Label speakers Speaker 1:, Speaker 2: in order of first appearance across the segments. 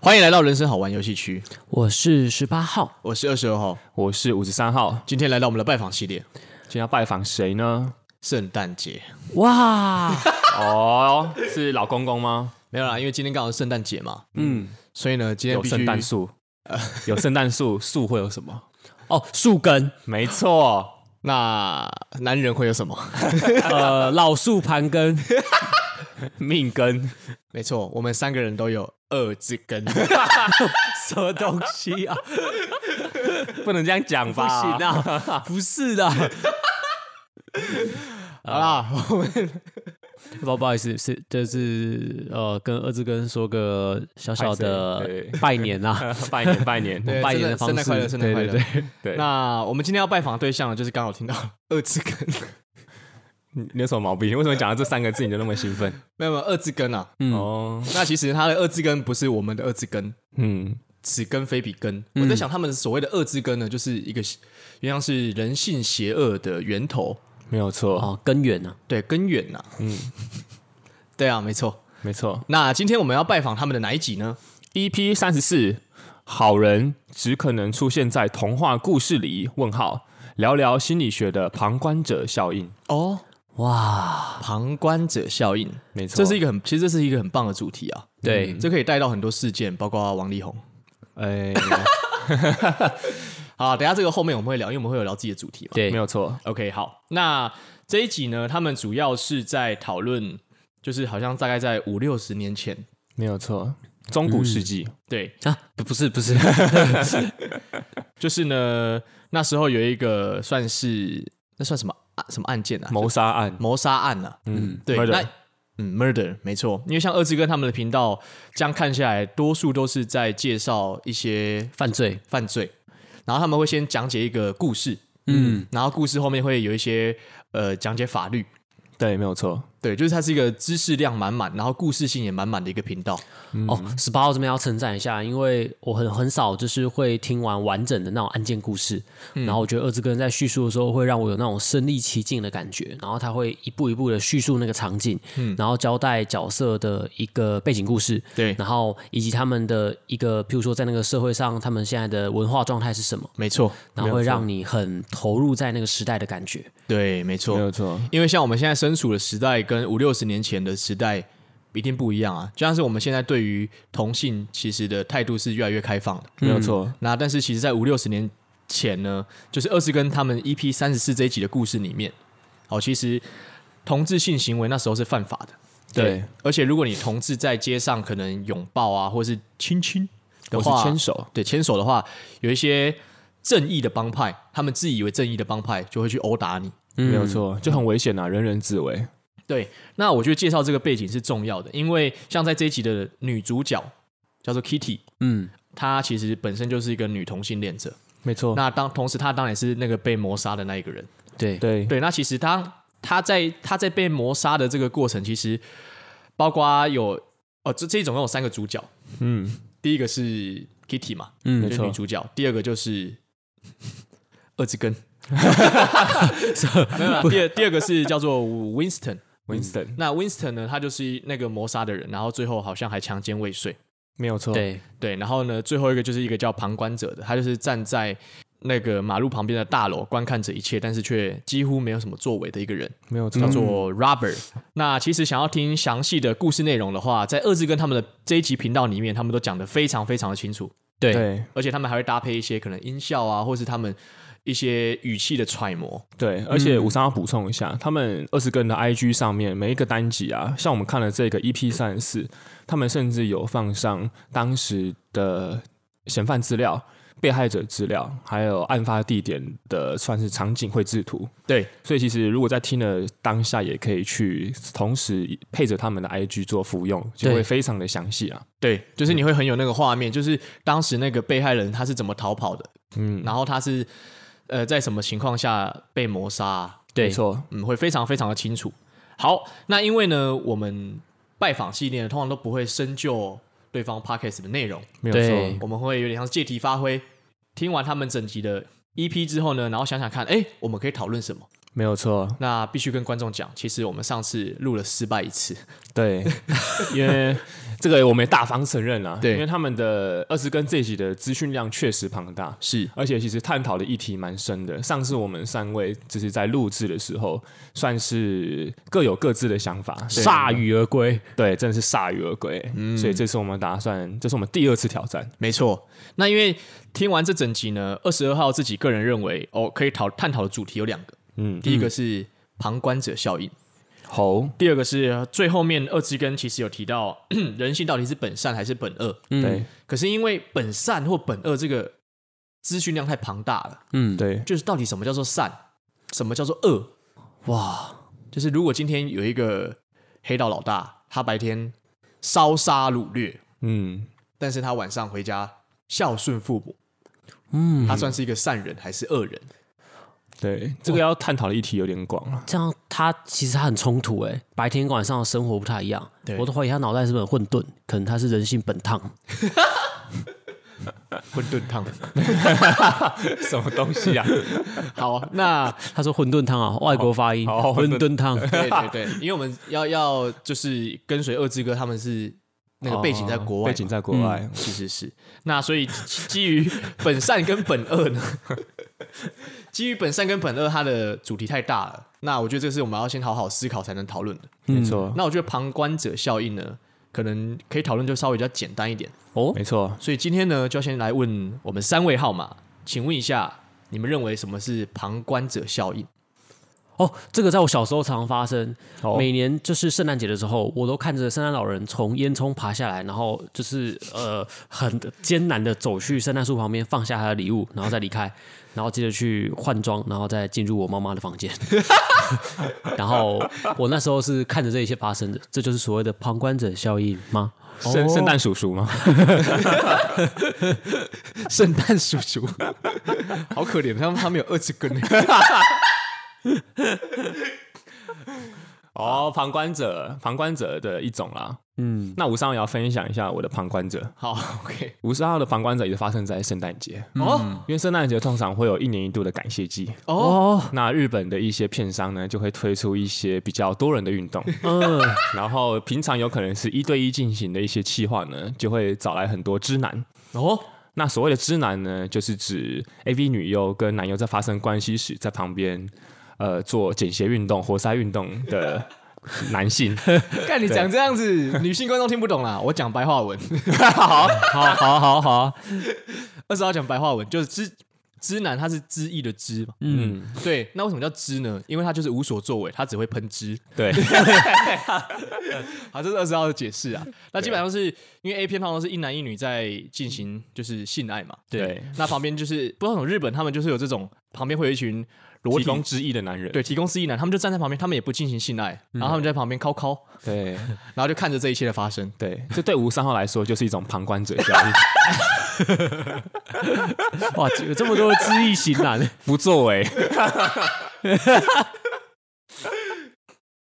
Speaker 1: 欢迎来到人生好玩游戏区，
Speaker 2: 我是十八号，
Speaker 1: 我是二十二号，
Speaker 3: 我是五十三号，
Speaker 1: 今天来到我们的拜访系列，
Speaker 3: 今天要拜访谁呢？
Speaker 1: 圣诞节
Speaker 2: 哇，
Speaker 3: 哦，是老公公 吗？
Speaker 1: 没有啦，因为今天刚好是圣诞节嘛，
Speaker 3: 嗯，
Speaker 1: 所以呢，今天
Speaker 3: 有
Speaker 1: 哎必
Speaker 3: 圣诞
Speaker 1: 须
Speaker 3: 树，有圣诞树，树会有什么？
Speaker 2: 哦，树根，
Speaker 3: 没错，
Speaker 1: 那男人会有什 么？
Speaker 2: 呃，老树盘根，
Speaker 3: 命根。
Speaker 1: 没错，我们三个人都有二字 根，
Speaker 2: 什么东西啊？
Speaker 3: 不能这样讲
Speaker 2: 不
Speaker 3: 吧？
Speaker 2: 行啊，不是的，
Speaker 1: 好啦，我们
Speaker 2: 不 不好意思，是就是呃，跟二字根说个小小
Speaker 3: 拜
Speaker 2: 的
Speaker 3: 年对
Speaker 2: 拜年啊，
Speaker 3: 拜年 拜年，
Speaker 1: 对
Speaker 2: 拜
Speaker 1: 圣
Speaker 2: 年
Speaker 1: 诞
Speaker 2: 的方
Speaker 1: 圣
Speaker 2: 式，
Speaker 1: 诞快乐，圣诞快乐
Speaker 2: 对。对对
Speaker 3: 对，
Speaker 1: 那我们今天要拜访的对象呢，就是刚好听到二字根，
Speaker 3: 你你有什么毛病？为什么讲到这三个字你就那么兴 奋？
Speaker 1: 没有没有二字根啊。
Speaker 2: 嗯
Speaker 3: 哦，
Speaker 1: 那其实他的二字根不是我们的二字根，
Speaker 3: 嗯，
Speaker 1: 此根非彼根。我在想，他们所谓的二字根呢，就是一个原像是人性邪恶的源头，
Speaker 3: 没有错，
Speaker 2: 哦，根源啊，
Speaker 1: 对根源呐、嗯， 对啊，没错。
Speaker 3: 没错。
Speaker 1: 那今天我们要拜访他们的哪一集呢？
Speaker 3: EP 三十四，好人只可能出现在童话故事里？问号，聊聊心理学的旁观者效应。
Speaker 1: 哦，
Speaker 2: 哇，
Speaker 1: 旁观者效应，
Speaker 3: 没错，
Speaker 1: 这是一个很，其实这是一个很棒的主题啊。
Speaker 2: 对
Speaker 1: 这可以带到很多事件，包括王力宏。
Speaker 3: 哎，
Speaker 1: 好，等一下这个后面我们会聊，因为我们会有聊自己的主题嘛。
Speaker 2: 对
Speaker 3: 没，有错，
Speaker 1: OK，好，那这一集呢，他们主要是在讨论，就是好像大概在五六十年前，
Speaker 3: 没有错，中古世纪，
Speaker 1: 对，
Speaker 2: 啊，不不是不是，
Speaker 1: 就是呢，那时候有一个算是那算什么啊什么案件啊，
Speaker 3: 谋杀案，
Speaker 1: 谋杀案啊，
Speaker 3: 嗯，
Speaker 1: 对
Speaker 3: murder
Speaker 1: 那嗯，murder 没错，因为像二志哥他们的频道这样看下来，多数都是在介绍一些
Speaker 2: 犯罪，
Speaker 1: 犯罪，然后他们会先讲解一个故事，
Speaker 2: 嗯，
Speaker 1: 然后故事后面会有一些呃讲解法律，
Speaker 3: 对，没有错，
Speaker 1: 对，就是它是一个知识量满满，然后故事性也满满的一个频道。
Speaker 3: 嗯
Speaker 2: 哦，十八号这边要称赞一下，因为我很很少就是会听完完整的那种案件故事，
Speaker 3: 嗯
Speaker 2: 然后我觉得二字哥在叙述的时候会让我有那种身临其境的感觉，然后他会一步一步的叙述那个场景，
Speaker 3: 嗯
Speaker 2: 然后交代角色的一个背景故事，
Speaker 1: 对，
Speaker 2: 然后以及他们的一个，譬如说在那个社会上他们现在的文化状态是什么，
Speaker 1: 没错，
Speaker 2: 然后会让你很投入在那个时代的感觉，
Speaker 1: 对，没
Speaker 3: 没
Speaker 1: 错，
Speaker 3: 有错，嗯
Speaker 1: 因为像我们现在身处的时代跟五六十年前的时代一定不一样啊，就像是我们现在对于同性其实的态度是越来越开放的。
Speaker 3: 没有错，
Speaker 1: 那但是其实，在五六十年前呢，就是二十跟他们 EP 三十四这一集的故事里面，哦，其实同志性行为那时候是犯法的。
Speaker 3: 对，
Speaker 1: 而且如果你同志在街上可能拥抱啊，或是亲亲的
Speaker 3: 我是
Speaker 1: 话，
Speaker 3: 牵手，
Speaker 1: 对牵手的话，有一些正义的帮派，他们自以为正义的帮派就会去殴打你。
Speaker 3: 没有错，就很危险啊，人人自危，
Speaker 1: 对，那我觉得介绍这个背景是重要的，因为像在这一集的女主角叫做 Kitty，
Speaker 2: 嗯，
Speaker 1: 她其实本身就是一个女同性恋者。
Speaker 3: 没错，
Speaker 1: 那当同时，她当然是那个被谋杀的那一个人。
Speaker 2: 对，
Speaker 3: 对，
Speaker 1: 对，那其实她她在她在被谋杀的这个过程，其实包括有哦，这这一总共有三个主角，
Speaker 3: 嗯，
Speaker 1: 第一个是 Kitty 嘛，
Speaker 2: 嗯
Speaker 1: 就是
Speaker 3: 没错
Speaker 1: 女主角；第二个就是二字 根，没有啦。第二第二个是叫做 Winston，
Speaker 3: ，Winston，
Speaker 1: 那 Winston 呢，他就是那个谋杀的人，然后最后好像还强奸未遂。
Speaker 3: 没有错，
Speaker 2: 对，
Speaker 1: 对，然后呢，最后一个就是一个叫旁观者的，他就是站在那个马路旁边的大楼观看着一切，但是却几乎没有什么作为的一个人，
Speaker 3: 没有错，嗯
Speaker 1: 叫做 Robert。那其实想要听详细的故事内容的话，在二字跟他们的这一集频道里面，他们都讲得非常非常的清楚。
Speaker 2: 对
Speaker 3: 对
Speaker 1: 而且他们还会搭配一些可能音效啊，或是他们一些语气的揣摩。
Speaker 2: 嗯
Speaker 3: 对，而且五三要补充一下，他们二十个人的 IG 上面每一个单集啊，像我们看了这个 EP 三十四，他们甚至有放上当时的嫌犯资料。被害者资料，还有案发地点的算是场景绘制图，
Speaker 1: 对，
Speaker 3: 所以其实如果在听的当下，也可以去同时配着他们的 IG 做服用，就会非常的详细啊。
Speaker 1: 对，就是
Speaker 2: 嗯
Speaker 1: 你会很有那个画面，就是当时那个被害人他是怎么逃跑的，
Speaker 3: 嗯，
Speaker 1: 然后他是呃在什么情况下被谋杀啊、
Speaker 2: 对
Speaker 3: 没错，
Speaker 1: 嗯，会非常非常的清楚。好，那因为呢，我们拜访系列呢通常都不会深究对方 podcast 的内容，
Speaker 3: 没有
Speaker 2: 对
Speaker 3: 错，
Speaker 1: 我们会有点像是借 E 题发挥。听完他们整集的 EP 之后呢，然后想想看，哎，我们可以讨论什么？
Speaker 3: 没有错，
Speaker 1: 那必须跟观众讲，其实我们上次录了失败一次，
Speaker 3: 对， 因为这个我们也大方承认啦，
Speaker 1: 对
Speaker 3: 因为他们的二十跟这一集的资讯量确实庞大，
Speaker 1: 是
Speaker 3: 而且其实探讨的议题蛮深的。上次我们三位就是在录制的时候，算是各有各自的想法，对
Speaker 2: 铩羽而归。
Speaker 3: 对，真的是铩羽而归。嗯所以这次我们打算，这是我们第二次挑战，
Speaker 1: 没错。那因为听完这整集呢，二十二号自己个人认为哦，可以讨探讨的主题有两个，
Speaker 3: 嗯，
Speaker 1: 第一个是旁观者效应，
Speaker 3: 猴，
Speaker 1: 第二个是最后面二之根其实有提到 人性到底是本善还是本恶，
Speaker 2: 嗯
Speaker 3: 对
Speaker 1: 可是因为本善或本恶这个资讯量太庞大了，
Speaker 2: 嗯，
Speaker 3: 对，
Speaker 1: 就是到底什么叫做善，什么叫做恶，
Speaker 2: 哇，
Speaker 1: 就是如果今天有一个黑道老大，他白天烧杀掳掠，
Speaker 3: 嗯，
Speaker 1: 但是他晚上回家孝顺父母，
Speaker 2: 嗯，
Speaker 1: 他算是一个善人还是恶人？
Speaker 3: 对，这个要探讨的议题有点广啊了。
Speaker 2: 这样他其实他很冲突哎、白天跟晚上的生活不太一样
Speaker 1: 对，
Speaker 2: 我都怀疑他脑袋是不是很混沌，可能他是人性本烫。
Speaker 1: 混沌汤。
Speaker 3: 什么东西啊？
Speaker 1: 好，啊那
Speaker 2: 他说混沌汤啊，外国发音，
Speaker 3: 好好
Speaker 2: 混沌汤。
Speaker 1: 对对对，因为我们要要就是跟随二之哥，他们是 那个哦背景在国外嘛，
Speaker 3: 哦背景在国外，
Speaker 1: 是是是。那所以基基于本善跟本恶呢， 基于本善跟本恶，它的主题太大了。那我觉得这是我们要先好好思考才能讨论的。
Speaker 3: 没错，
Speaker 1: 那我觉得旁观者效应呢，可能可以讨论就稍微比较简单一点。
Speaker 2: 哦，
Speaker 3: 没错。
Speaker 1: 所以今天呢，就要先来问我们三位号码，请问一下，你们认为什么是旁观者效应？
Speaker 2: 哦，这个在我小时候常常发生。
Speaker 3: 哦
Speaker 2: 每年就是圣诞节的时候，我都看着圣诞老人从烟囱爬下来，然后就是呃很艰难的走去圣诞树旁边放下他的礼物，然后再离开， 然后接着去换装，然后再进入我妈妈的房间。 然后我那时候是看着这一切发生的，这就是所谓的旁观者效应吗？
Speaker 3: 圣
Speaker 1: 哦
Speaker 3: 圣诞叔叔吗？
Speaker 1: 圣诞叔叔，好可怜，他们他们有二十根。
Speaker 3: 哦，旁观者，旁观者的一种啦。
Speaker 2: 嗯，
Speaker 3: 那五三二也要分享一下我的旁观者。
Speaker 1: 好，OK，
Speaker 3: 五十二的旁观者也是发生在圣诞节，
Speaker 2: 嗯
Speaker 1: 哦
Speaker 3: 因为圣诞节通常会有一年一度的感谢季。
Speaker 1: 哦，
Speaker 2: 哦，
Speaker 3: 那日本的一些片商呢，就会推出一些比较多人的运动，
Speaker 2: 嗯，
Speaker 3: 然后平常有可能是一对一进行的一些企划呢，就会找来很多知男。
Speaker 1: 哦，
Speaker 3: 那所谓的知男呢，就是指 AV 女优跟男优在发生关系时，在旁边呃做减鞋运动、活塞运动的男性。
Speaker 1: 看你讲这样子，女性观众听不懂啦。我讲白话文，
Speaker 2: 好好好好，
Speaker 1: 二十号讲白话文就是知知男，他是知意的知嘛。
Speaker 3: 嗯，
Speaker 1: 对，那为什么叫知呢？因为他就是无所作为，他只会喷汁。
Speaker 3: 对，
Speaker 1: 好，这是二十号的解释啊。那基本上是因为 A 片通常是一男一女在进行就是性爱嘛。
Speaker 3: 对
Speaker 1: 那旁边就是不知道从日本他们就是有这种旁边会有一群裸
Speaker 3: 提
Speaker 1: 体
Speaker 3: 供之意的男人。
Speaker 1: 对提供私意男，他们就站在旁边，他们也不进行性爱，然后他们就在旁边敲敲，
Speaker 3: 对
Speaker 1: 然后就看着这一切的发生。
Speaker 3: 对， 这对吴三号来说就是一种旁观者效应，
Speaker 2: 哇，有这么多知易行难。
Speaker 3: 不作为。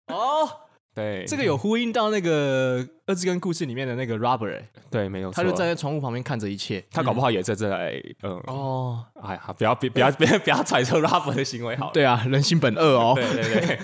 Speaker 1: 哦，
Speaker 3: 对，
Speaker 1: 这个有呼应到那个二之根故事里面的那个 Robert，、欸、
Speaker 3: 对没有错，
Speaker 1: 他就站在窗户旁边看着一切。
Speaker 3: 他搞不好也在这来，嗯，
Speaker 1: 哦，
Speaker 3: 哎呀，不要不要不要不要揣测 rapper 的行为好了。
Speaker 1: 对啊，人性本恶哦。
Speaker 3: 对对对，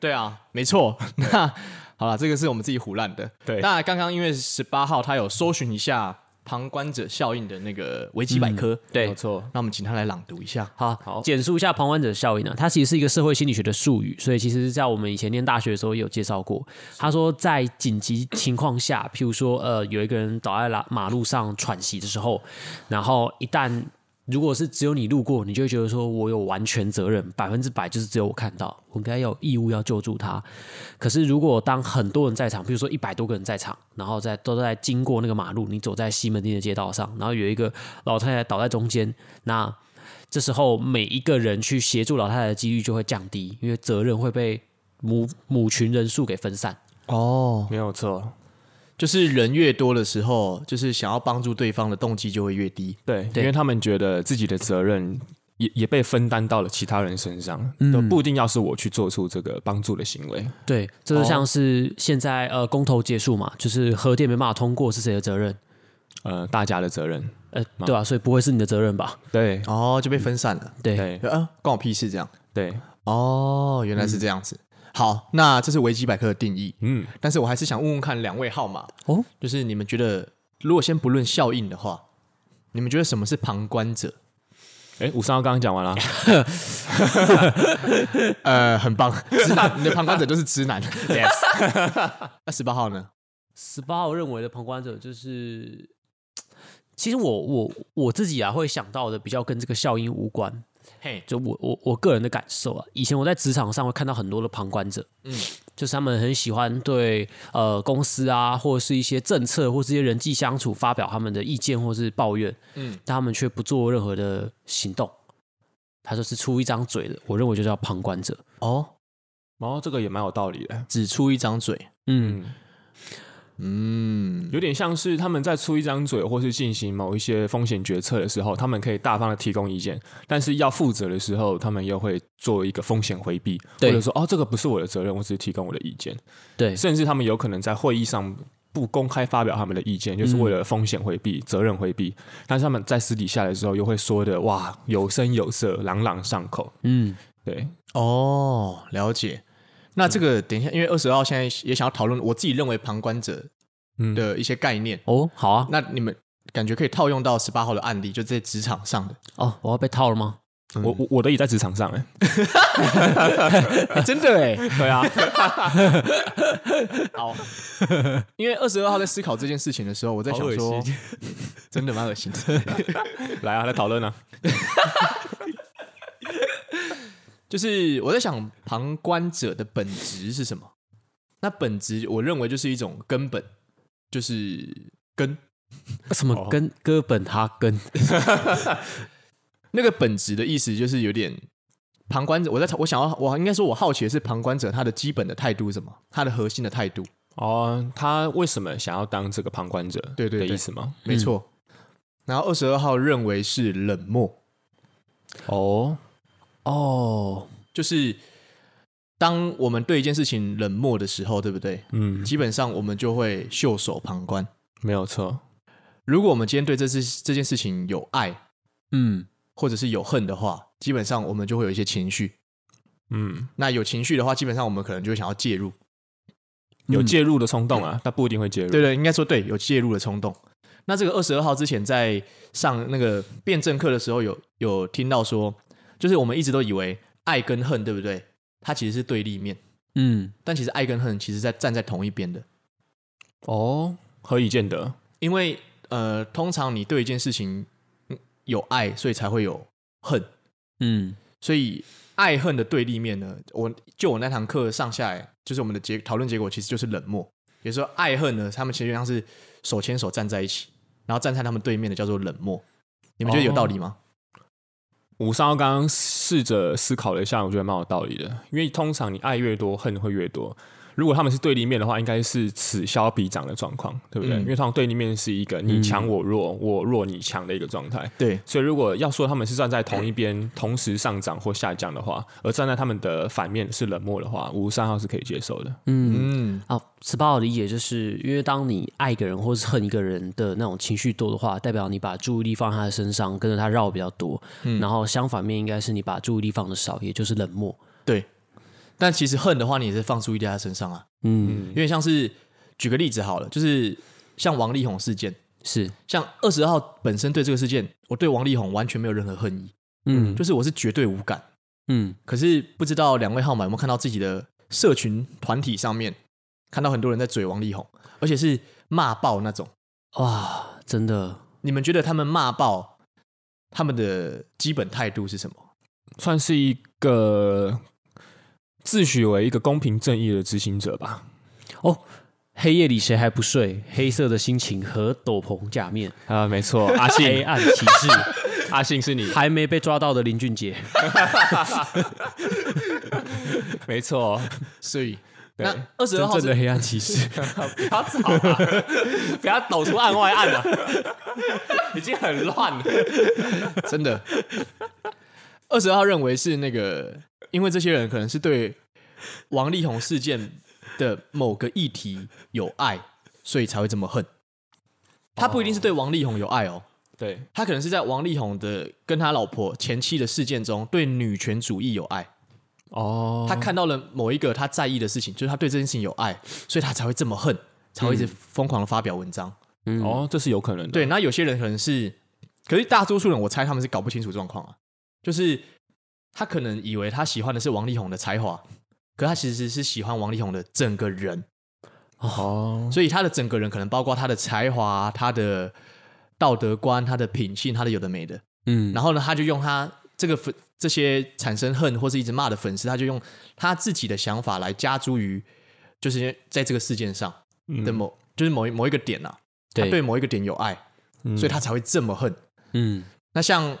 Speaker 1: 对啊，没错。 那好了，这个是我们自己胡乱的。
Speaker 3: 对
Speaker 1: 那刚刚因为十八号他有搜寻一下旁观者效应的那个维基百科，
Speaker 3: 对，没错。
Speaker 1: 那我们请他来朗读一下。
Speaker 2: 好，
Speaker 3: 好
Speaker 2: 简述一下旁观者效应啊，它其实是一个社会心理学的术语，所以其实，在我们以前念大学的时候也有介绍过。他说，在紧急情况下，譬如说，呃，有一个人倒在马马路上喘息的时候，然后一旦如果是只有你路过，你就会觉得说我有完全责任，百分之百就是只有我看到，我应该有义务要救助他。可是如果当很多人在场，比如说一百多个人在场，然后在都在经过那个马路，你走在西门町的街道上，然后有一个老太太倒在中间，那这时候每一个人去协助老太太的几率就会降低，因为责任会被母母群人数给分散。
Speaker 1: 哦，
Speaker 3: 没有错，
Speaker 1: 就是人越多的时候，就是想要帮助对方的动机就会越低。
Speaker 3: 对，
Speaker 2: 对
Speaker 3: 因为他们觉得自己的责任也也被分担到了其他人身上，都不一定要是我去做出这个帮助的行为。
Speaker 2: 对，这就像是现在呃公投结束嘛，就是核电没办法通过是谁的责任？
Speaker 3: 呃，大家的责任，
Speaker 2: 呃，对吧、所以不会是你的责任吧？
Speaker 3: 对
Speaker 1: 哦，就被分散了。
Speaker 2: 对，
Speaker 3: 对
Speaker 1: 啊，关我屁事这样。
Speaker 3: 对，
Speaker 1: 哦，原来是这样子。好，那这是维基百科的定义，
Speaker 3: 嗯，
Speaker 1: 但是我还是想问问看两位号码
Speaker 2: 哦，
Speaker 1: 就是你们觉得，如果先不论效应的话，你们觉得什么是旁观者？
Speaker 3: 哎，五三幺刚刚讲完了，
Speaker 1: 呃，很棒，直男，你的旁观者就是直男。yes。那 十八号呢？
Speaker 2: 十八号认为的旁观者就是，其实我我我自己啊会想到的比较跟这个效应无关，
Speaker 1: 嘿，
Speaker 2: 就我我我个人的感受啊，以前我在职场上会看到很多的旁观者，嗯
Speaker 1: 嗯，
Speaker 2: 就是他们很喜欢对呃公司啊，或者是一些政策，或是一些人际相处发表他们的意见或是抱怨，
Speaker 1: 嗯，
Speaker 2: 但他们却不做任何的行动，他就是出一张嘴的，我认为就叫旁观者。
Speaker 1: 哦，
Speaker 3: 然后这个也蛮有道理的，
Speaker 1: 只出一张嘴。
Speaker 2: 嗯，
Speaker 3: 嗯，
Speaker 1: 嗯，
Speaker 3: 有点像是他们在出一张嘴或是进行某一些风险决策的时候，他们可以大方的提供意见，但是要负责的时候，他们又会做一个风险回避，或
Speaker 2: 对
Speaker 3: 者说哦，这个不是我的责任，我只是提供我的意见，
Speaker 2: 对，
Speaker 3: 甚至他们有可能在会议上。不公开发表他们的意见，
Speaker 1: 嗯
Speaker 3: 就是为了风险回避、责任回避。但是他们在私底下的时候，又会说的哇，有声有色，朗朗上口。
Speaker 2: 嗯，
Speaker 3: 对，
Speaker 1: 哦，了解。那这
Speaker 3: 嗯
Speaker 1: 个等一下，因为二十号现在也想要讨论我自己认为旁观者
Speaker 3: 嗯，
Speaker 1: 的一些概念，
Speaker 2: 哦，好啊，
Speaker 1: 那你们感觉可以套用到十八号的案例，就在职场上的。
Speaker 2: 哦，我要被套了吗？
Speaker 3: 我我我的也在职场上哎、
Speaker 1: 真的 哎，
Speaker 3: 对啊，
Speaker 1: 好，因为二十二号在思考这件事情的时候，我在想
Speaker 3: 好
Speaker 1: 说
Speaker 3: 恶心，
Speaker 1: 真的蛮恶心的。
Speaker 3: 来啊，来讨论啊。
Speaker 1: 就是我在想旁观者的本质是什么？那本质我认为就是一种根本，就是根。
Speaker 2: 什么根哥本哈根？
Speaker 1: 那个本质的意思就是有点旁观者。我在我想要，我应该说，我好奇的是旁观者他的基本的态度是什么，他的核心的态度。
Speaker 3: 哦，他为什么想要当这个旁观者？
Speaker 1: 对对对
Speaker 3: 的意思吗？
Speaker 1: 没错。然后二十二号认为是冷漠，
Speaker 3: 哦，
Speaker 2: 哦，
Speaker 1: 就是当我们对一件事情冷漠的时候，对不对？
Speaker 3: 嗯，
Speaker 1: 基本上我们就会袖手旁观。
Speaker 3: 没有错，
Speaker 1: 如果我们今天对这事这件事情有爱，
Speaker 2: 嗯，
Speaker 1: 或者是有恨的话，基本上我们就会有一些情绪。
Speaker 3: 嗯，
Speaker 1: 那有情绪的话，基本上我们可能就会想要介入。
Speaker 2: 嗯
Speaker 3: 有介入的冲动啊，但不一定会介入。
Speaker 1: 嗯对对，应该说对，有介入的冲动。那这个二十二号之前在上那个辩证课的时候有，有听到说，就是我们一直都以为爱跟恨，对不对？它其实是对立面，
Speaker 2: 嗯，
Speaker 1: 但其实爱跟恨其实在站在同一边的，
Speaker 3: 哦，何以见得？
Speaker 1: 因为呃，通常你对一件事情嗯有爱，所以才会有恨，
Speaker 2: 嗯，
Speaker 1: 所以爱恨的对立面呢，我就我那堂课上下来，就是我们的结讨论结果其实就是冷漠，也就是说爱恨呢，他们其实像是手牵手站在一起，然后站在他们对面的叫做冷漠，你们觉得有道理吗？
Speaker 3: 五三幺刚刚试着思考了一下，我觉得蛮有道理的。因为通常你爱越多，恨会越多。如果他们是对立面的话，应该是此消彼长的状况，对不对？
Speaker 1: 嗯
Speaker 3: 因为通常对立面是一个你强我弱，我弱你强的一个状态。
Speaker 1: 对，
Speaker 3: 所以，如果要说他们是站在同一边，同时上涨或下降的话，而站在他们的反面是冷漠的话，五十三号是可以接受的。
Speaker 1: 嗯，
Speaker 2: 啊，十八号理解就是因为当你爱一个人或是恨一个人的那种情绪多的话，代表你把注意力放在他的身上，跟着他绕比较多。然后相反面应该是你把注意力放的少，也就是冷漠。
Speaker 1: 对。但其实恨的话，你也是放注意力在他身上啊，
Speaker 2: 嗯，
Speaker 1: 因为像是举个例子好了，就是像王力宏事件，
Speaker 2: 是，
Speaker 1: 像二十号本身对这个事件，我对王力宏完全没有任何恨意，
Speaker 2: 嗯
Speaker 1: 就是我是绝对无感。
Speaker 2: 嗯
Speaker 1: 可是不知道两位号码有没有看到自己的社群团体上面看到很多人在嘴王力宏，而且是骂爆那种。
Speaker 2: 哇，真的，
Speaker 1: 你们觉得他们骂爆他们的基本态度是什么？
Speaker 3: 算是一个自诩为一个公平正义的执行者吧。
Speaker 2: 哦黑夜里谁还不睡？黑色的心情和斗篷假面，
Speaker 3: 啊，没 错，阿
Speaker 2: 黑
Speaker 3: 信，
Speaker 2: 暗骑士，
Speaker 3: 阿信是你，
Speaker 2: 还没被抓到的林俊杰。
Speaker 3: 没 错，
Speaker 1: 所以
Speaker 3: 对
Speaker 1: 那二十二
Speaker 2: 真
Speaker 1: 号
Speaker 2: 正的
Speaker 1: 是
Speaker 2: 黑暗骑士，
Speaker 3: 不要吵啊，不要抖出案外案了、已经很乱了。
Speaker 1: 真的，二十二号认为是那个，因为这些人可能是对王力宏事件的某个议题有爱，所以才会这么恨。他不一定是对王力宏有爱哦，
Speaker 3: 对，
Speaker 1: 他可能是在王力宏的跟他老婆前妻的事件中对女权主义有爱，
Speaker 3: 哦，
Speaker 1: 他看到了某一个他在意的事情，就是他对这件事情有爱，所以他才会这么恨，才会一直疯狂的发表文章。
Speaker 2: 嗯，
Speaker 3: 哦，这是有可能的。
Speaker 1: 对，那有些人可能是，可是大多数人我猜他们是搞不清楚状况啊，就是他可能以为他喜欢的是王力宏的才华，可他其实是喜欢王力宏的整个人，
Speaker 3: 哦，
Speaker 1: 所以他的整个人可能包括他的才华、他的道德观、他的品性、他的有的没的。
Speaker 2: 嗯，
Speaker 1: 然后呢，他就用他这个粉这些产生恨或是一直骂的粉丝，他就用他自己的想法来加诸于，就是在这个事件上
Speaker 3: 嗯
Speaker 1: 的某、就是某一某一个点啊，他
Speaker 2: 对
Speaker 1: 对某一个点有爱，
Speaker 3: 嗯
Speaker 1: 所以他才会这么恨。
Speaker 2: 嗯
Speaker 1: 那像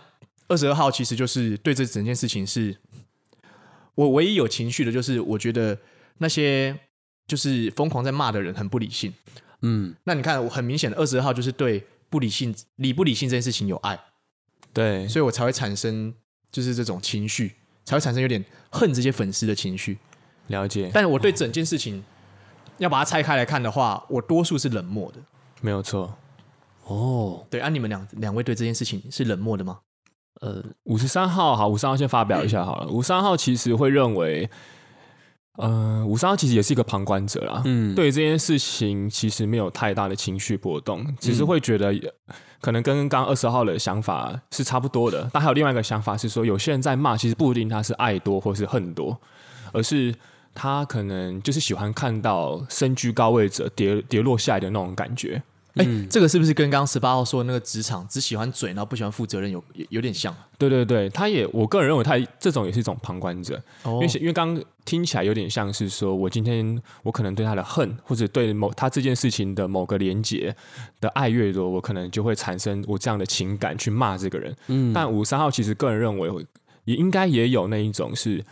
Speaker 1: 二十二号，其实就是对这整件事情是，我唯一有情绪的就是，我觉得那些就是疯狂在骂的人很不理性。
Speaker 2: 嗯
Speaker 1: 那你看，我很明显的二十二号就是对不理性、理不理性这件事情有爱，
Speaker 3: 对，
Speaker 1: 所以我才会产生就是这种情绪，才会产生有点恨这些粉丝的情绪。
Speaker 3: 了解，
Speaker 1: 但是我对整件事情要把它拆开来看的话，我多数是冷漠的。
Speaker 3: 没有错。
Speaker 2: 哦，
Speaker 1: 对，啊，你们两两位对这件事情是冷漠的吗？
Speaker 2: 呃，
Speaker 3: 五十三号好，五十三号先发表一下好了。五十三号其实会认为，呃，五十三号其实也是一个旁观者啦。
Speaker 2: 嗯，
Speaker 3: 对于这件事情，其实没有太大的情绪波动，只是会觉得呃可能跟刚二十号的想法是差不多的。但还有另外一个想法是说，有些人在骂，其实不一定他是爱多或是恨多，而是他可能就是喜欢看到身居高位者跌跌落下来的那种感觉。
Speaker 1: 哎、这个是不是跟刚刚十八号说的那个职场只喜欢嘴，然后不喜欢负责任有有有点像啊？
Speaker 3: 对对对，他也，我个人认为他这种也是一种旁观者，
Speaker 1: 哦
Speaker 3: 因为因为刚刚听起来有点像是说我今天我可能对他的恨，或者对某他这件事情的某个连结的爱越多，我可能就会产生我这样的情感去骂这个人。嗯，但五三号其实个人认为也应该也有那一种是，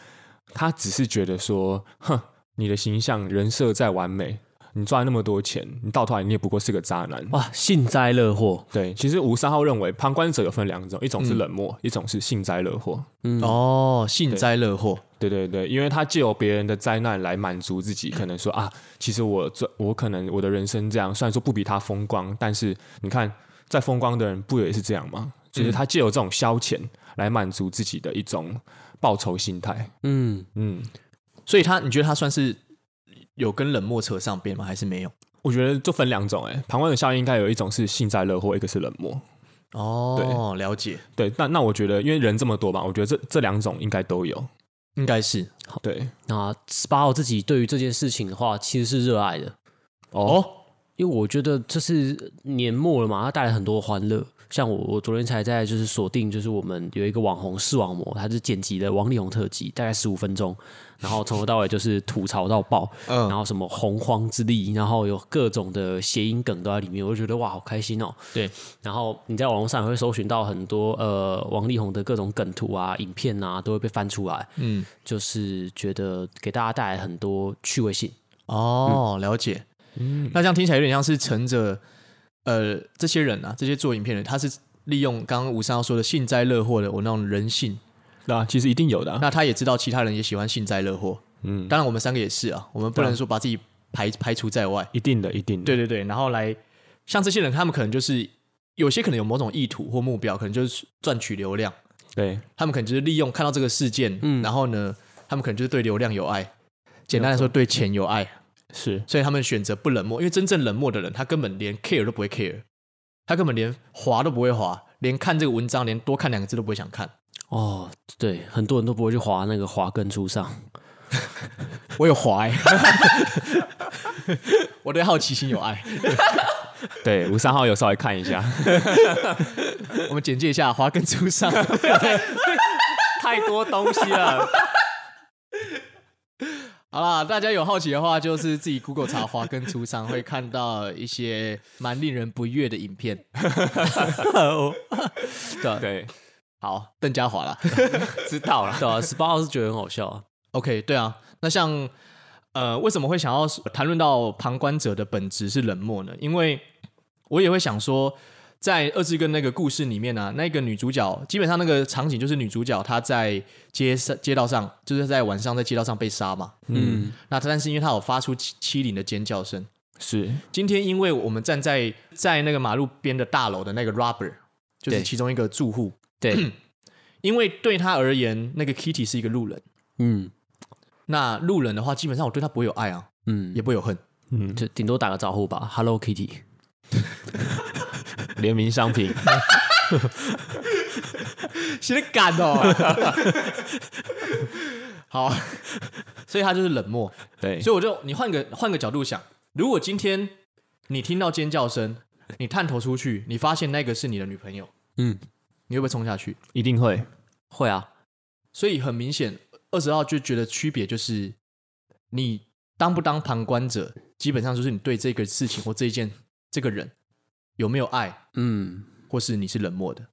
Speaker 3: 他只是觉得说，哼，你的形象人设再完美，你赚那么多钱，你到头来你也不过是个渣男。
Speaker 2: 哇，幸灾乐祸，
Speaker 3: 对，其实五三号认为旁观者有分两种，一种是冷漠，一种是幸灾乐祸。
Speaker 1: 哦，幸灾乐祸，
Speaker 3: 对对对，因为他借由别人的灾难来满足自己，可能说啊，其实我这我可能我的人生这样，虽然说不比他风光，但是你看，在风光的人不也是这样吗？就是他借由这种消遣来满足自己的一种报仇心态。
Speaker 2: 嗯，
Speaker 3: 嗯，
Speaker 1: 所以他你觉得他算是有跟冷漠扯上边吗？还是没有？
Speaker 3: 我觉得就分两种、欸，哎，旁观者效应应该有一种是幸灾乐祸，一个是冷漠。
Speaker 1: 哦，了解，
Speaker 3: 对，那那我觉得因为人这么多嘛，我觉得这这两种应该都有。
Speaker 1: 应该是
Speaker 3: 对，
Speaker 2: 那十八号自己对于这件事情的话，其实是热爱的，
Speaker 1: 哦，
Speaker 2: 因为我觉得这是年末了嘛，它带来很多欢乐。像我，我昨天才在就是锁定，就是我们有一个网红视网膜，他是剪辑的王力宏特辑，大概十五分钟，然后从头到尾就是吐槽到爆，
Speaker 1: 嗯
Speaker 2: 然后什么洪荒之力，然后有各种的谐音梗都在里面，我就觉得哇，好开心哦。
Speaker 1: 对，
Speaker 2: 然后你在网络上也会搜寻到很多呃王力宏的各种梗图啊、影片啊，都会被翻出来，
Speaker 1: 嗯，
Speaker 2: 就是觉得给大家带来很多趣味性。
Speaker 1: 哦，了解。
Speaker 3: 嗯
Speaker 1: 那这样听起来有点像是乘着呃这些人啊，这些做影片的人，他是利用刚刚吴三号说的幸灾乐祸的我那种人性，
Speaker 3: 那、其实一定有的、啊。
Speaker 1: 那他也知道其他人也喜欢幸灾乐祸，
Speaker 3: 嗯，
Speaker 1: 当然我们三个也是啊，我们不能说把自己排排除在外。
Speaker 3: 一定的，一定的。
Speaker 1: 对对对，然后来像这些人，他们可能就是有些可能有某种意图或目标，可能就是赚取流量，
Speaker 3: 对，
Speaker 1: 他们可能就是利用看到这个事件，
Speaker 2: 嗯
Speaker 1: 然后呢，他们可能就是对流量有爱，简单来说对钱有爱，
Speaker 3: 是
Speaker 1: 所以他们选择不冷漠，因为真正冷漠的人，他根本连 care 都不会 care，他根本连划都不会划，连看这个文章，连多看两个字都不会想看。
Speaker 2: 哦，对，很多人都不会去划那个划根出上。
Speaker 1: 我有滑、欸， 我对好奇心有爱。
Speaker 3: 对。五三号有稍微看一下。
Speaker 1: 我们简介一下滑跟初 上，
Speaker 3: 太多东西 了。
Speaker 1: 好啦，大家有好奇的话，就是自己 Google 查华根出商，会看到一些蛮令人不悦的影片。对，
Speaker 3: 对，
Speaker 1: 好，邓家华啦。
Speaker 3: 知道了。
Speaker 2: 对啊，十八号是觉得很好笑啊。
Speaker 1: OK，对啊，那像呃，为什么会想要谈论到旁观者的本质是冷漠呢？因为我也会想说，在二志跟那个故事里面呢、啊，那个女主角基本上那个场景就是女主角她在街上街道上，就是在晚上在街道上被杀嘛。
Speaker 2: 嗯
Speaker 1: 那她但是因为她有发出欺欺凌的尖叫声，
Speaker 3: 是，
Speaker 1: 今天因为我们站在在那个马路边的大楼的那个 robber，就是
Speaker 2: 对
Speaker 1: 其中一个住户，
Speaker 2: 对，
Speaker 1: 因为对他而言，那个 Kitty 是一个路人，
Speaker 2: 嗯
Speaker 1: 那路人的话，基本上我对他不会有爱啊，
Speaker 2: 嗯，
Speaker 1: 也不会有恨。
Speaker 3: 嗯，
Speaker 2: 就顶多打个招呼吧，Hello Kitty。
Speaker 3: 联名商品，
Speaker 1: 写的敢哦。 好，所以他就是冷漠。
Speaker 3: 对，
Speaker 1: 所以我就你换个换个角度想，如果今天你听到尖叫声，你探头出去，你发现那个是你的女朋友，
Speaker 2: 嗯，
Speaker 1: 你会不会冲下去？
Speaker 3: 一定会，
Speaker 2: 会啊，
Speaker 1: 所以很明显，二十号就觉得区别就是你当不当旁观者，基本上就是你对这个事情或这一件这个人有没有爱，
Speaker 2: 嗯，
Speaker 1: 或是你是冷漠的。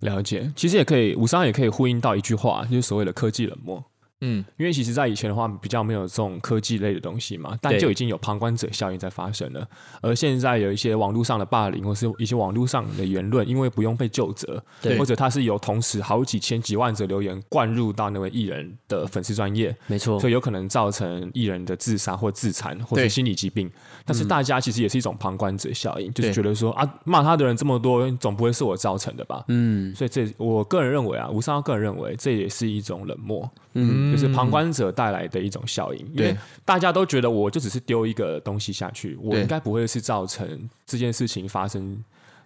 Speaker 3: 了解。其实也可以，五三也可以呼应到一句话，就是所谓的科技冷漠。
Speaker 1: 嗯，
Speaker 3: 因为其实，在以前的话，比较没有这种科技类的东西嘛，但
Speaker 2: 对
Speaker 3: 就已经有旁观者效应在发生了。而现在有一些网络上的霸凌，或是一些网络上的言论，因为不用被究责，
Speaker 2: 对
Speaker 3: 或者他是由同时好几千几万则留言灌入到那位艺人的粉丝专业，
Speaker 2: 没错
Speaker 3: 所，以有可能造成艺人的自杀或自残或
Speaker 1: 对嗯
Speaker 3: 者心理疾病。但是大家其实也是一种旁观者效应，就是
Speaker 1: 对
Speaker 3: 觉得说啊，骂他的人这么多，总不会是我造成的吧？
Speaker 2: 嗯
Speaker 3: 所以这我个人认为啊，吴三奥个人认为这也是一种冷漠，
Speaker 2: 嗯，
Speaker 3: 就是旁观者带来的一种效应。因为
Speaker 1: 对
Speaker 3: 大家都觉得我就只是丢一个东西下去，我
Speaker 1: 对
Speaker 3: 应该不会是造成这件事情发生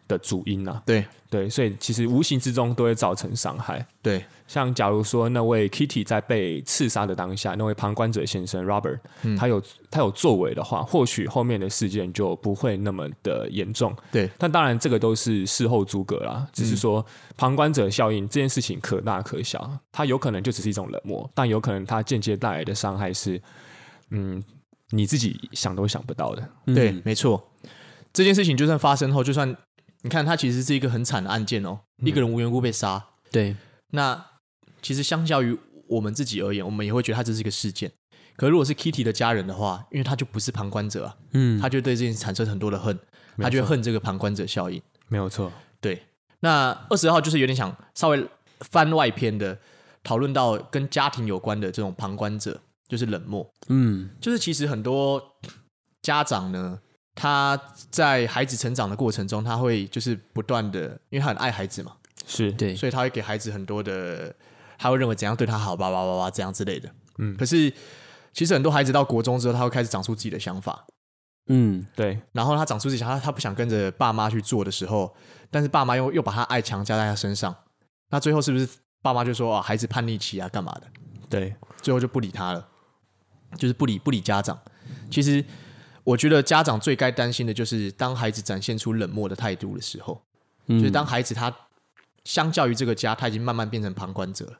Speaker 3: 的主因啊。
Speaker 1: 对
Speaker 3: 对，所以其实无形之中都会造成伤害。
Speaker 1: 对
Speaker 3: 像假如说那位 Kitty 在被刺杀的当下，那位旁观者先生 Robert，、他有他有作为的话，或许后面的事件就不会那么的严重。
Speaker 1: 对
Speaker 3: 但当然，这个都是事后诸葛啦，只是说旁观者效应这件事情可大可小，它有可能就只是一种冷漠，但有可能它间接带来的伤害是，嗯，你自己想都想不到的。
Speaker 2: 嗯
Speaker 1: 对，没错。这件事情就算发生后，就算你看，它其实是一个很惨的案件哦，一个人无缘无故被杀。
Speaker 2: 对，
Speaker 1: 那其实相较于我们自己而言，我们也会觉得它只是一个事件。可如果是 Kitty 的家人的话，因为他就不是旁观者啊，
Speaker 2: 嗯，
Speaker 1: 他就对这件事产生很多的恨，他就会恨这个旁观者效应。
Speaker 3: 没有错，
Speaker 1: 对，那二十号就是有点想稍微番外篇的讨论到跟家庭有关的这种旁观者，就是冷漠。
Speaker 2: 嗯
Speaker 1: 就是其实很多家长呢，他在孩子成长的过程中，他会就是不断的，因为他很爱孩子嘛，
Speaker 3: 是
Speaker 2: 对，
Speaker 1: 所以他会给孩子很多的，他会认为怎样对他好，叭叭叭叭怎样之类的。
Speaker 3: 嗯
Speaker 1: 可是其实很多孩子到国中之后，他会开始长出自己的想法，
Speaker 2: 嗯
Speaker 3: 对，
Speaker 1: 然后他长出自己想法，他他不想跟着爸妈去做的时候，但是爸妈又又把他爱强加在他身上，那最后是不是爸妈就说啊，孩子叛逆期啊，干嘛的？
Speaker 3: 对，
Speaker 1: 最后就不理他了，就是不理不理家长。其实我觉得家长最该担心的就是，当孩子展现出冷漠的态度的时候，
Speaker 2: 嗯
Speaker 1: 就是当孩子他相较于这个家，他已经慢慢变成旁观者了。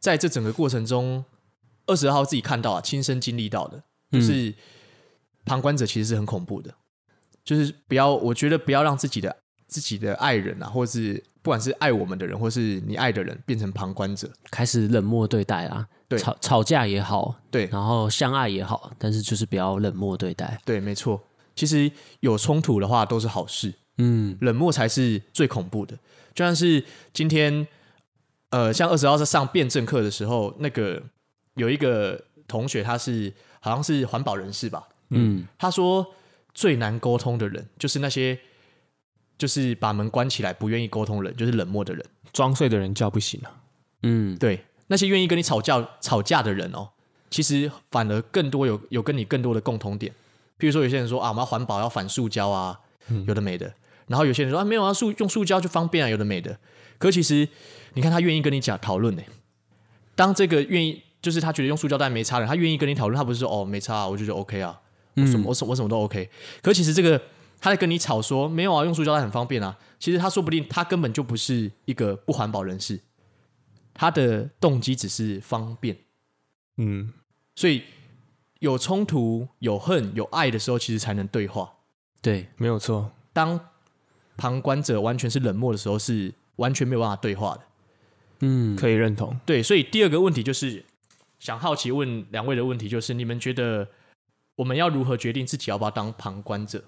Speaker 1: 在这整个过程中，二十号自己看到啊，亲身经历到的，就是旁观者其实是很恐怖的，就是不要，我觉得不要让自己的自己的爱人啊，或是不管是爱我们的人，或是你爱的人，变成旁观者。
Speaker 2: 开始冷漠对待啊，
Speaker 1: 对
Speaker 2: 吵吵架也好，
Speaker 1: 对，
Speaker 2: 然后相爱也好，但是就是不要冷漠对待，
Speaker 1: 对，没错。其实有冲突的话都是好事，
Speaker 2: 嗯
Speaker 1: 冷漠才是最恐怖的。就像是今天，呃，像二十号在上辩证课的时候，那个有一个同学，他是好像是环保人士吧，
Speaker 2: 嗯
Speaker 1: 他说最难沟通的人就是那些就是把门关起来不愿意沟通的人，就是冷漠的人。
Speaker 3: 装睡的人叫不醒啊。
Speaker 2: 嗯，
Speaker 1: 对，那些愿意跟你吵架吵架的人哦，其实反而更多有有跟你更多的共同点。譬如说，有些人说啊，我们要环保，要反塑胶啊，有的没的。然后有些人说啊，没有啊，塑用塑胶就方便啊，有的没的。可其实你看，他愿意跟你讲讨论呢、欸当这个愿意，就是他觉得用塑胶袋没差的人，他愿意跟你讨论，他不是说哦没差、啊，我就觉得 OK 啊，我什么、我什我什么都 OK。可其实这个他在跟你吵说没有啊，用塑胶袋很方便啊。其实他说不定他根本就不是一个不环保人士，他的动机只是方便。
Speaker 3: 嗯，
Speaker 1: 所以有冲突、有恨、有爱的时候，其实才能对话。
Speaker 2: 对，
Speaker 3: 没有错，
Speaker 1: 当旁观者完全是冷漠的时候，是完全没有办法对话的。
Speaker 2: 嗯
Speaker 3: 可以认同。
Speaker 1: 对，所以第二个问题就是想好奇问两位的问题，就是你们觉得我们要如何决定自己要不要当旁观者？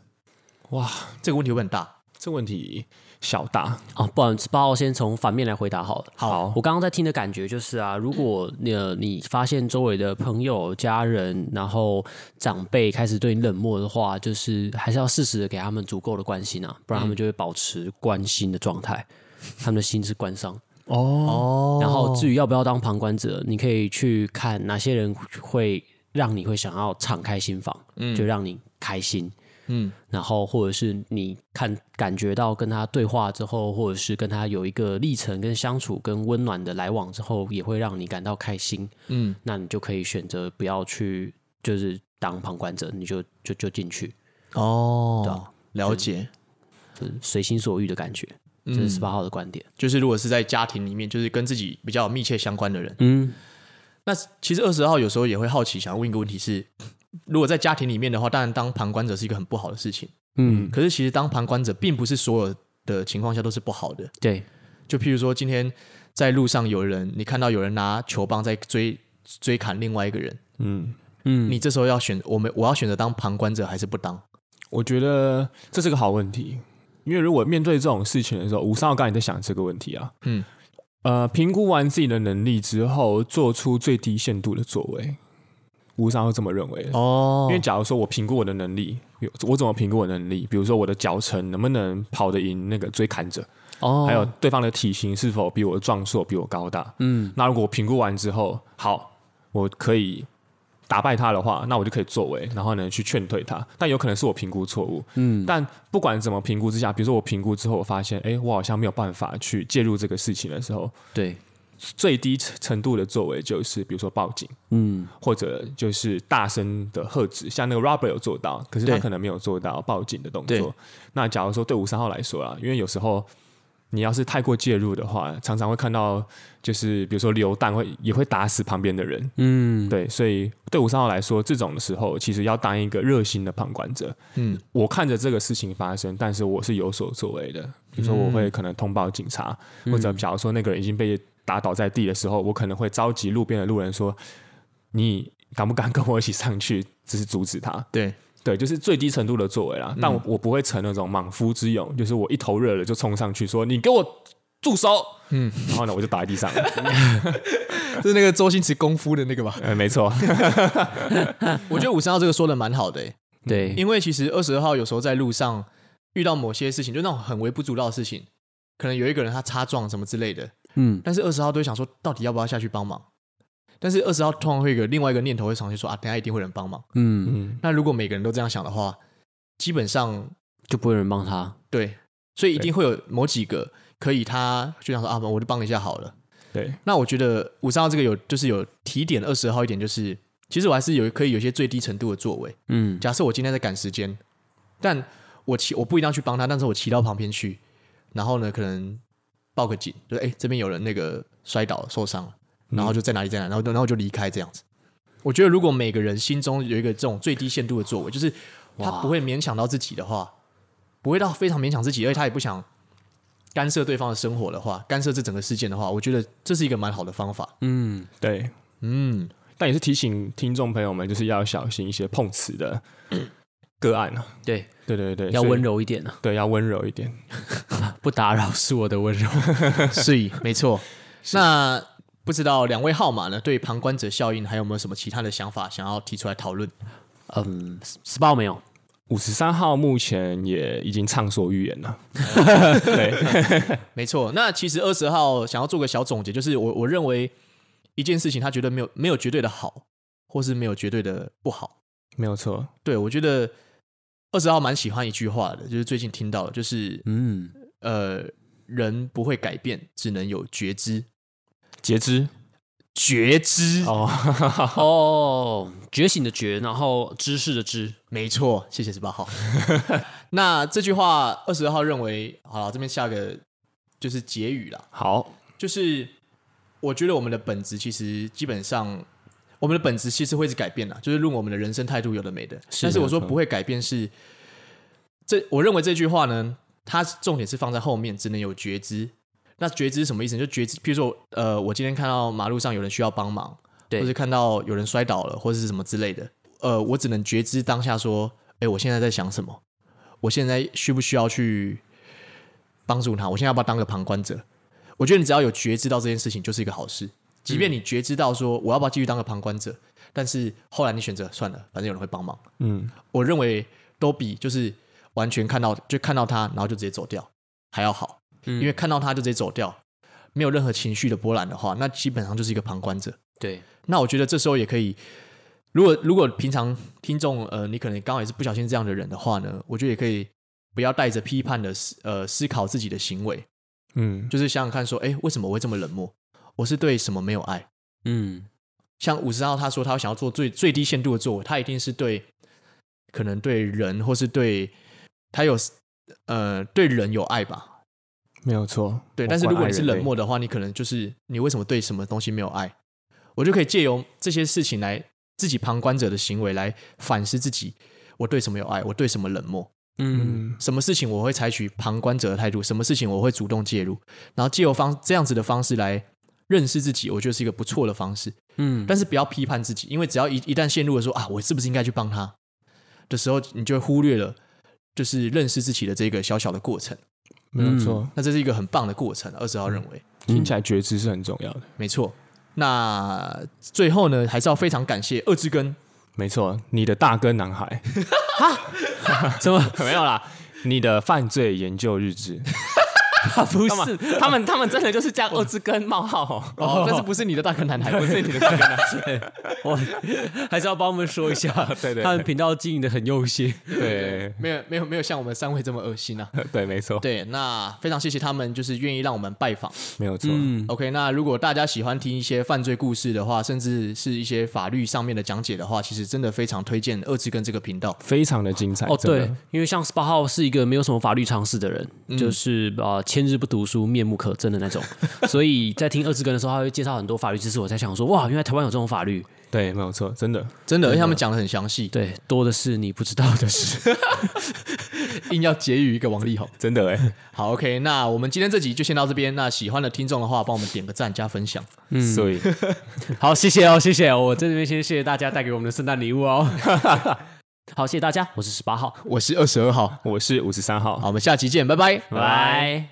Speaker 3: 哇，
Speaker 1: 这个问题会不会很大。
Speaker 3: 这问题小大，
Speaker 2: 啊，不然八号先从反面来回答好了。
Speaker 1: 好，
Speaker 2: 我刚刚在听的感觉就是啊，如果你呃你发现周围的朋友、家人，然后长辈开始对你冷漠的话，就是还是要适时的给他们足够的关心啊，不然他们就会保持关心的状态，他们的心是关上。
Speaker 3: 哦，
Speaker 1: 哦
Speaker 2: 然后至于要不要当旁观者，你可以去看哪些人会让你会想要敞开心房，就让你开心。
Speaker 1: 嗯，
Speaker 2: 然后或者是你看感觉到跟他对话之后，或者是跟他有一个历程跟相处跟温暖的来往之后，也会让你感到开心。
Speaker 1: 嗯，
Speaker 2: 那你就可以选择不要去，就是当旁观者，你就就就进去，
Speaker 1: 哦，了解，
Speaker 2: 就是随心所欲的感觉。这是十八号的观点。
Speaker 1: 嗯就是如果是在家庭里面，就是跟自己比较密切相关的人，
Speaker 2: 嗯，
Speaker 1: 那其实二十号有时候也会好奇，想问一个问题是：如果在家庭里面的话，当然当旁观者是一个很不好的事情。
Speaker 2: 嗯，
Speaker 1: 可是其实当旁观者，并不是所有的情况下都是不好的。
Speaker 2: 对，
Speaker 1: 就譬如说，今天在路上有人，你看到有人拿球棒在追追砍另外一个人，
Speaker 3: 嗯，
Speaker 2: 嗯，
Speaker 1: 你这时候要选，我们我要选择当旁观者还是不当？
Speaker 3: 我觉得这是个好问题，因为如果面对这种事情的时候，五少刚才在想这个问题啊，
Speaker 1: 嗯
Speaker 3: 嗯，呃，评估完自己的能力之后，做出最低限度的作为，五少会这么认为的
Speaker 1: 哦
Speaker 3: 因为假如说我评估我的能力，有我怎么评估我的能力？比如说我的脚程能不能跑得赢那个追砍者，
Speaker 2: 哦，
Speaker 3: 还有对方的体型是否比我壮硕、比我高大。
Speaker 2: 嗯，
Speaker 3: 那如果我评估完之后，好，我可以打败他的话，那我就可以作为，然后呢去劝退他。但有可能是我评估错误。嗯，但不管怎么评估之下，比如说我评估之后，我发现，哎，我好像没有办法去介入这个事情的时候，
Speaker 2: 对，
Speaker 3: 最低程度的作为就是，比如说报警。
Speaker 2: 嗯，
Speaker 3: 或者就是大声的喝止，像那个 Robert 有做到，可是他
Speaker 1: 对
Speaker 3: 可能没有做到报警的动
Speaker 1: 对
Speaker 3: 作。那假如说对五三号来说啊，因为有时候你要是太过介入的话，常常会看到就是比如说流弹会也会打死旁边的人。
Speaker 2: 嗯，
Speaker 3: 对，所以对五三号来说，这种的时候其实要当一个热心的旁观者。
Speaker 1: 嗯
Speaker 3: 嗯，我看着这个事情发生，但是我是有所作为的。比如说，我会可能通报警察，或者假如说那个人已经被打倒在地的时候，我可能会召集路边的路人说：“你敢不敢跟我一起上去？”只是阻止他。
Speaker 1: 对，
Speaker 3: 对，就是最低程度的作为啦。但我我不会逞那种莽夫之勇，就是我一头热了就冲上去说：“你给我住手！”嗯，然后呢，我就打在地上 了。
Speaker 1: 是那个周星驰功夫的那个吧？
Speaker 3: 呃，没错，
Speaker 1: 我觉得五三号这个说的蛮好的、欸
Speaker 2: 对，
Speaker 1: 因为其实二十二号有时候在路上遇到某些事情，就那种很微不足道的事情，可能有一个人他擦撞什么之类的，
Speaker 2: 嗯，
Speaker 1: 但是二十号都会想说，到底要不要下去帮忙？但是二十号通常会有一个另外一个念头，会想去说啊，等一下一定会有人帮忙。
Speaker 2: 嗯，
Speaker 3: 嗯，
Speaker 1: 那如果每个人都这样想的话，基本上
Speaker 2: 就不会有人帮他。
Speaker 1: 对，所以一定会有某几个可以他就想说啊，我就帮一下好了。
Speaker 3: 对，
Speaker 1: 那我觉得五三号这个有就是有提点二十号一点，就是其实我还是有可以有一些最低程度的作为。
Speaker 2: 嗯，
Speaker 1: 假设我今天在赶时间，但我骑我不一定要去帮他，但是我骑到旁边去，然后呢，可能报个警，就是哎、诶这边有人那个摔倒受伤了，
Speaker 2: 嗯
Speaker 1: 然后就在哪里在哪里，然后然后就离开这样子。我觉得如果每个人心中有一个这种最低限度的作为，就是他
Speaker 2: 哇
Speaker 1: 不会勉强到自己的话，不会到非常勉强自己，而且他也不想干涉对方的生活的话，干涉这整个事件的话，我觉得这是一个蛮好的方法。
Speaker 2: 嗯，
Speaker 3: 对，
Speaker 1: 嗯，
Speaker 3: 但也是提醒听众朋友们，就是要小心一些碰瓷的个案啊。
Speaker 2: 对，
Speaker 3: 对对对，
Speaker 2: 要温
Speaker 3: 柔，
Speaker 2: 柔一点啊，
Speaker 3: 对，要温柔一点。
Speaker 2: 不打扰是我的温柔。
Speaker 1: 所以没错。那不知道两位号码呢，对旁观者效应还有没有什么其他的想法想要提出来讨论？
Speaker 2: 嗯，SPA 没有，
Speaker 3: 五十三号目前也已经畅所欲 言了。对，
Speaker 1: 没错。那其实二十号想要做个小总结，就是我我认为一件事情，他觉得没有没有绝对的好，或是没有绝对的不好。
Speaker 3: 没有错。
Speaker 1: 对我觉得二十号蛮喜欢一句话的，就是最近听到的，就是
Speaker 2: 嗯，
Speaker 1: 呃，人不会改变，只能有觉知。
Speaker 3: 截肢
Speaker 1: 觉知，
Speaker 3: 哦，
Speaker 2: 哦，觉醒的觉，然后知识的知，
Speaker 1: 没错，谢谢十八号。那这句话二十号认为，好了，这边下个就是结语啦，
Speaker 3: 好，
Speaker 1: 就是我觉得我们的本质其实基本上，我们的本质其实会是改变的，就是论我们的人生态度有的没的。
Speaker 2: 是
Speaker 1: 但是我说
Speaker 3: 没错
Speaker 1: 不会改变是，这我认为这句话呢，它重点是放在后面，只能有觉知。那觉知是什么意思呢？就觉知，譬如说，呃，我今天看到马路上有人需要帮忙，
Speaker 2: 对
Speaker 1: 或是看到有人摔倒了，或者是什么之类的，呃，我只能觉知当下说，哎，我现在在想什么？我现在需不需要去帮助他？我现在要不要当个旁观者？我觉得你只要有觉知到这件事情，就是一个好事。即便你觉知到说我要不要继续当个旁观者，但是后来你选择算了，反正有人会帮忙。
Speaker 3: 嗯，
Speaker 1: 我认为都比就是
Speaker 2: 嗯
Speaker 1: 完全看到就看到他，然后就直接走掉还要好，因为看到他就直接走掉，没有任何情绪的波澜的话，那基本上就是一个旁观者。
Speaker 2: 对，
Speaker 1: 那我觉得这时候也可以，如果如果平常听众呃，你可能刚好也是不小心这样的人的话呢，我觉得也可以不要带着批判的思呃思考自己的行为，
Speaker 3: 嗯，
Speaker 1: 就是想想看说，哎，为什么我会这么冷漠？我是对什么没有爱？
Speaker 2: 嗯，
Speaker 1: 像五十号他说他想要做最最低限度的作为，他一定是对可能对人或是对他有呃对人有爱吧。
Speaker 3: 没有错。
Speaker 1: 对，
Speaker 3: 我
Speaker 1: 但是
Speaker 3: 关
Speaker 1: 如果
Speaker 3: 爱
Speaker 1: 你是
Speaker 3: 人
Speaker 1: 冷
Speaker 3: 类
Speaker 1: 漠的话，你可能就是你为什么对什么东西没有爱？我就可以借由这些事情来自己旁观者的行为来反思自己，我对什么有爱，我对什么冷漠，
Speaker 2: 嗯，
Speaker 3: 嗯，
Speaker 1: 什么事情我会采取旁观者的态度，什么事情我会主动介入，然后借由方这样子的方式来认识自己，我觉得是一个不错的方式。
Speaker 2: 嗯，
Speaker 1: 但是不要批判自己，因为只要一一旦陷入了说啊，我是不是应该去帮他的时候，你就会忽略了就是认识自己的这个小小的过程。
Speaker 3: 没有错。
Speaker 1: 那这是一个很棒的过程，二十号认为。
Speaker 3: 听起来觉知是很重要的。
Speaker 1: 没错。那最后呢，还是要非常感谢二之根，
Speaker 3: 没错，你的大哥男孩
Speaker 2: 怎么
Speaker 3: 没有啦，你的犯罪研究日志，
Speaker 2: 不
Speaker 3: 他们
Speaker 2: 是？
Speaker 3: 他们他们真的就是加二字根冒号 哦，
Speaker 1: 哦，但是不是你的大哥男 孩，不是你的大哥男孩，
Speaker 2: 我还是要帮我们说一下，
Speaker 3: 对对
Speaker 2: 他们频道经营的很用心。
Speaker 3: 对
Speaker 1: 没有没有没有像我们三位这么恶心啊。
Speaker 3: 对，没错，
Speaker 1: 对，那非常谢谢他们，就是愿意让我们拜访。
Speaker 3: 没有错，
Speaker 2: 嗯，
Speaker 1: OK，那如果大家喜欢听一些犯罪故事的话，甚至是一些法律上面的讲解的话，其实真的非常推荐二之根这个频道。
Speaker 3: 非常的精彩
Speaker 2: 哦，
Speaker 3: 真的
Speaker 2: 对，因为像十八号是一个没有什么法律常识的人，就是呃千日不读书，面目可憎的那种，所以在听二字根的时候，他会介绍很多法律知识，我才想说，哇，原来台湾有这种法律，
Speaker 3: 对，没有错，真的，
Speaker 1: 真的，而且他们讲的很详细，
Speaker 2: 对，多的是你不知道的事。
Speaker 1: 硬要结语一个王力宏。
Speaker 3: 真的哎，
Speaker 1: 好，OK，那我们今天这集就先到这边。那喜欢的听众的话，帮我们点个赞加分享。
Speaker 3: 所以
Speaker 2: 好，谢谢哦，谢谢哦，我在这边先谢谢大家带给我们的圣诞礼物哦。好，谢谢大家，我是十八号，
Speaker 1: 我是二十二号，
Speaker 3: 我是五十三号，
Speaker 1: 好，我们下期见，拜拜，
Speaker 2: 拜拜。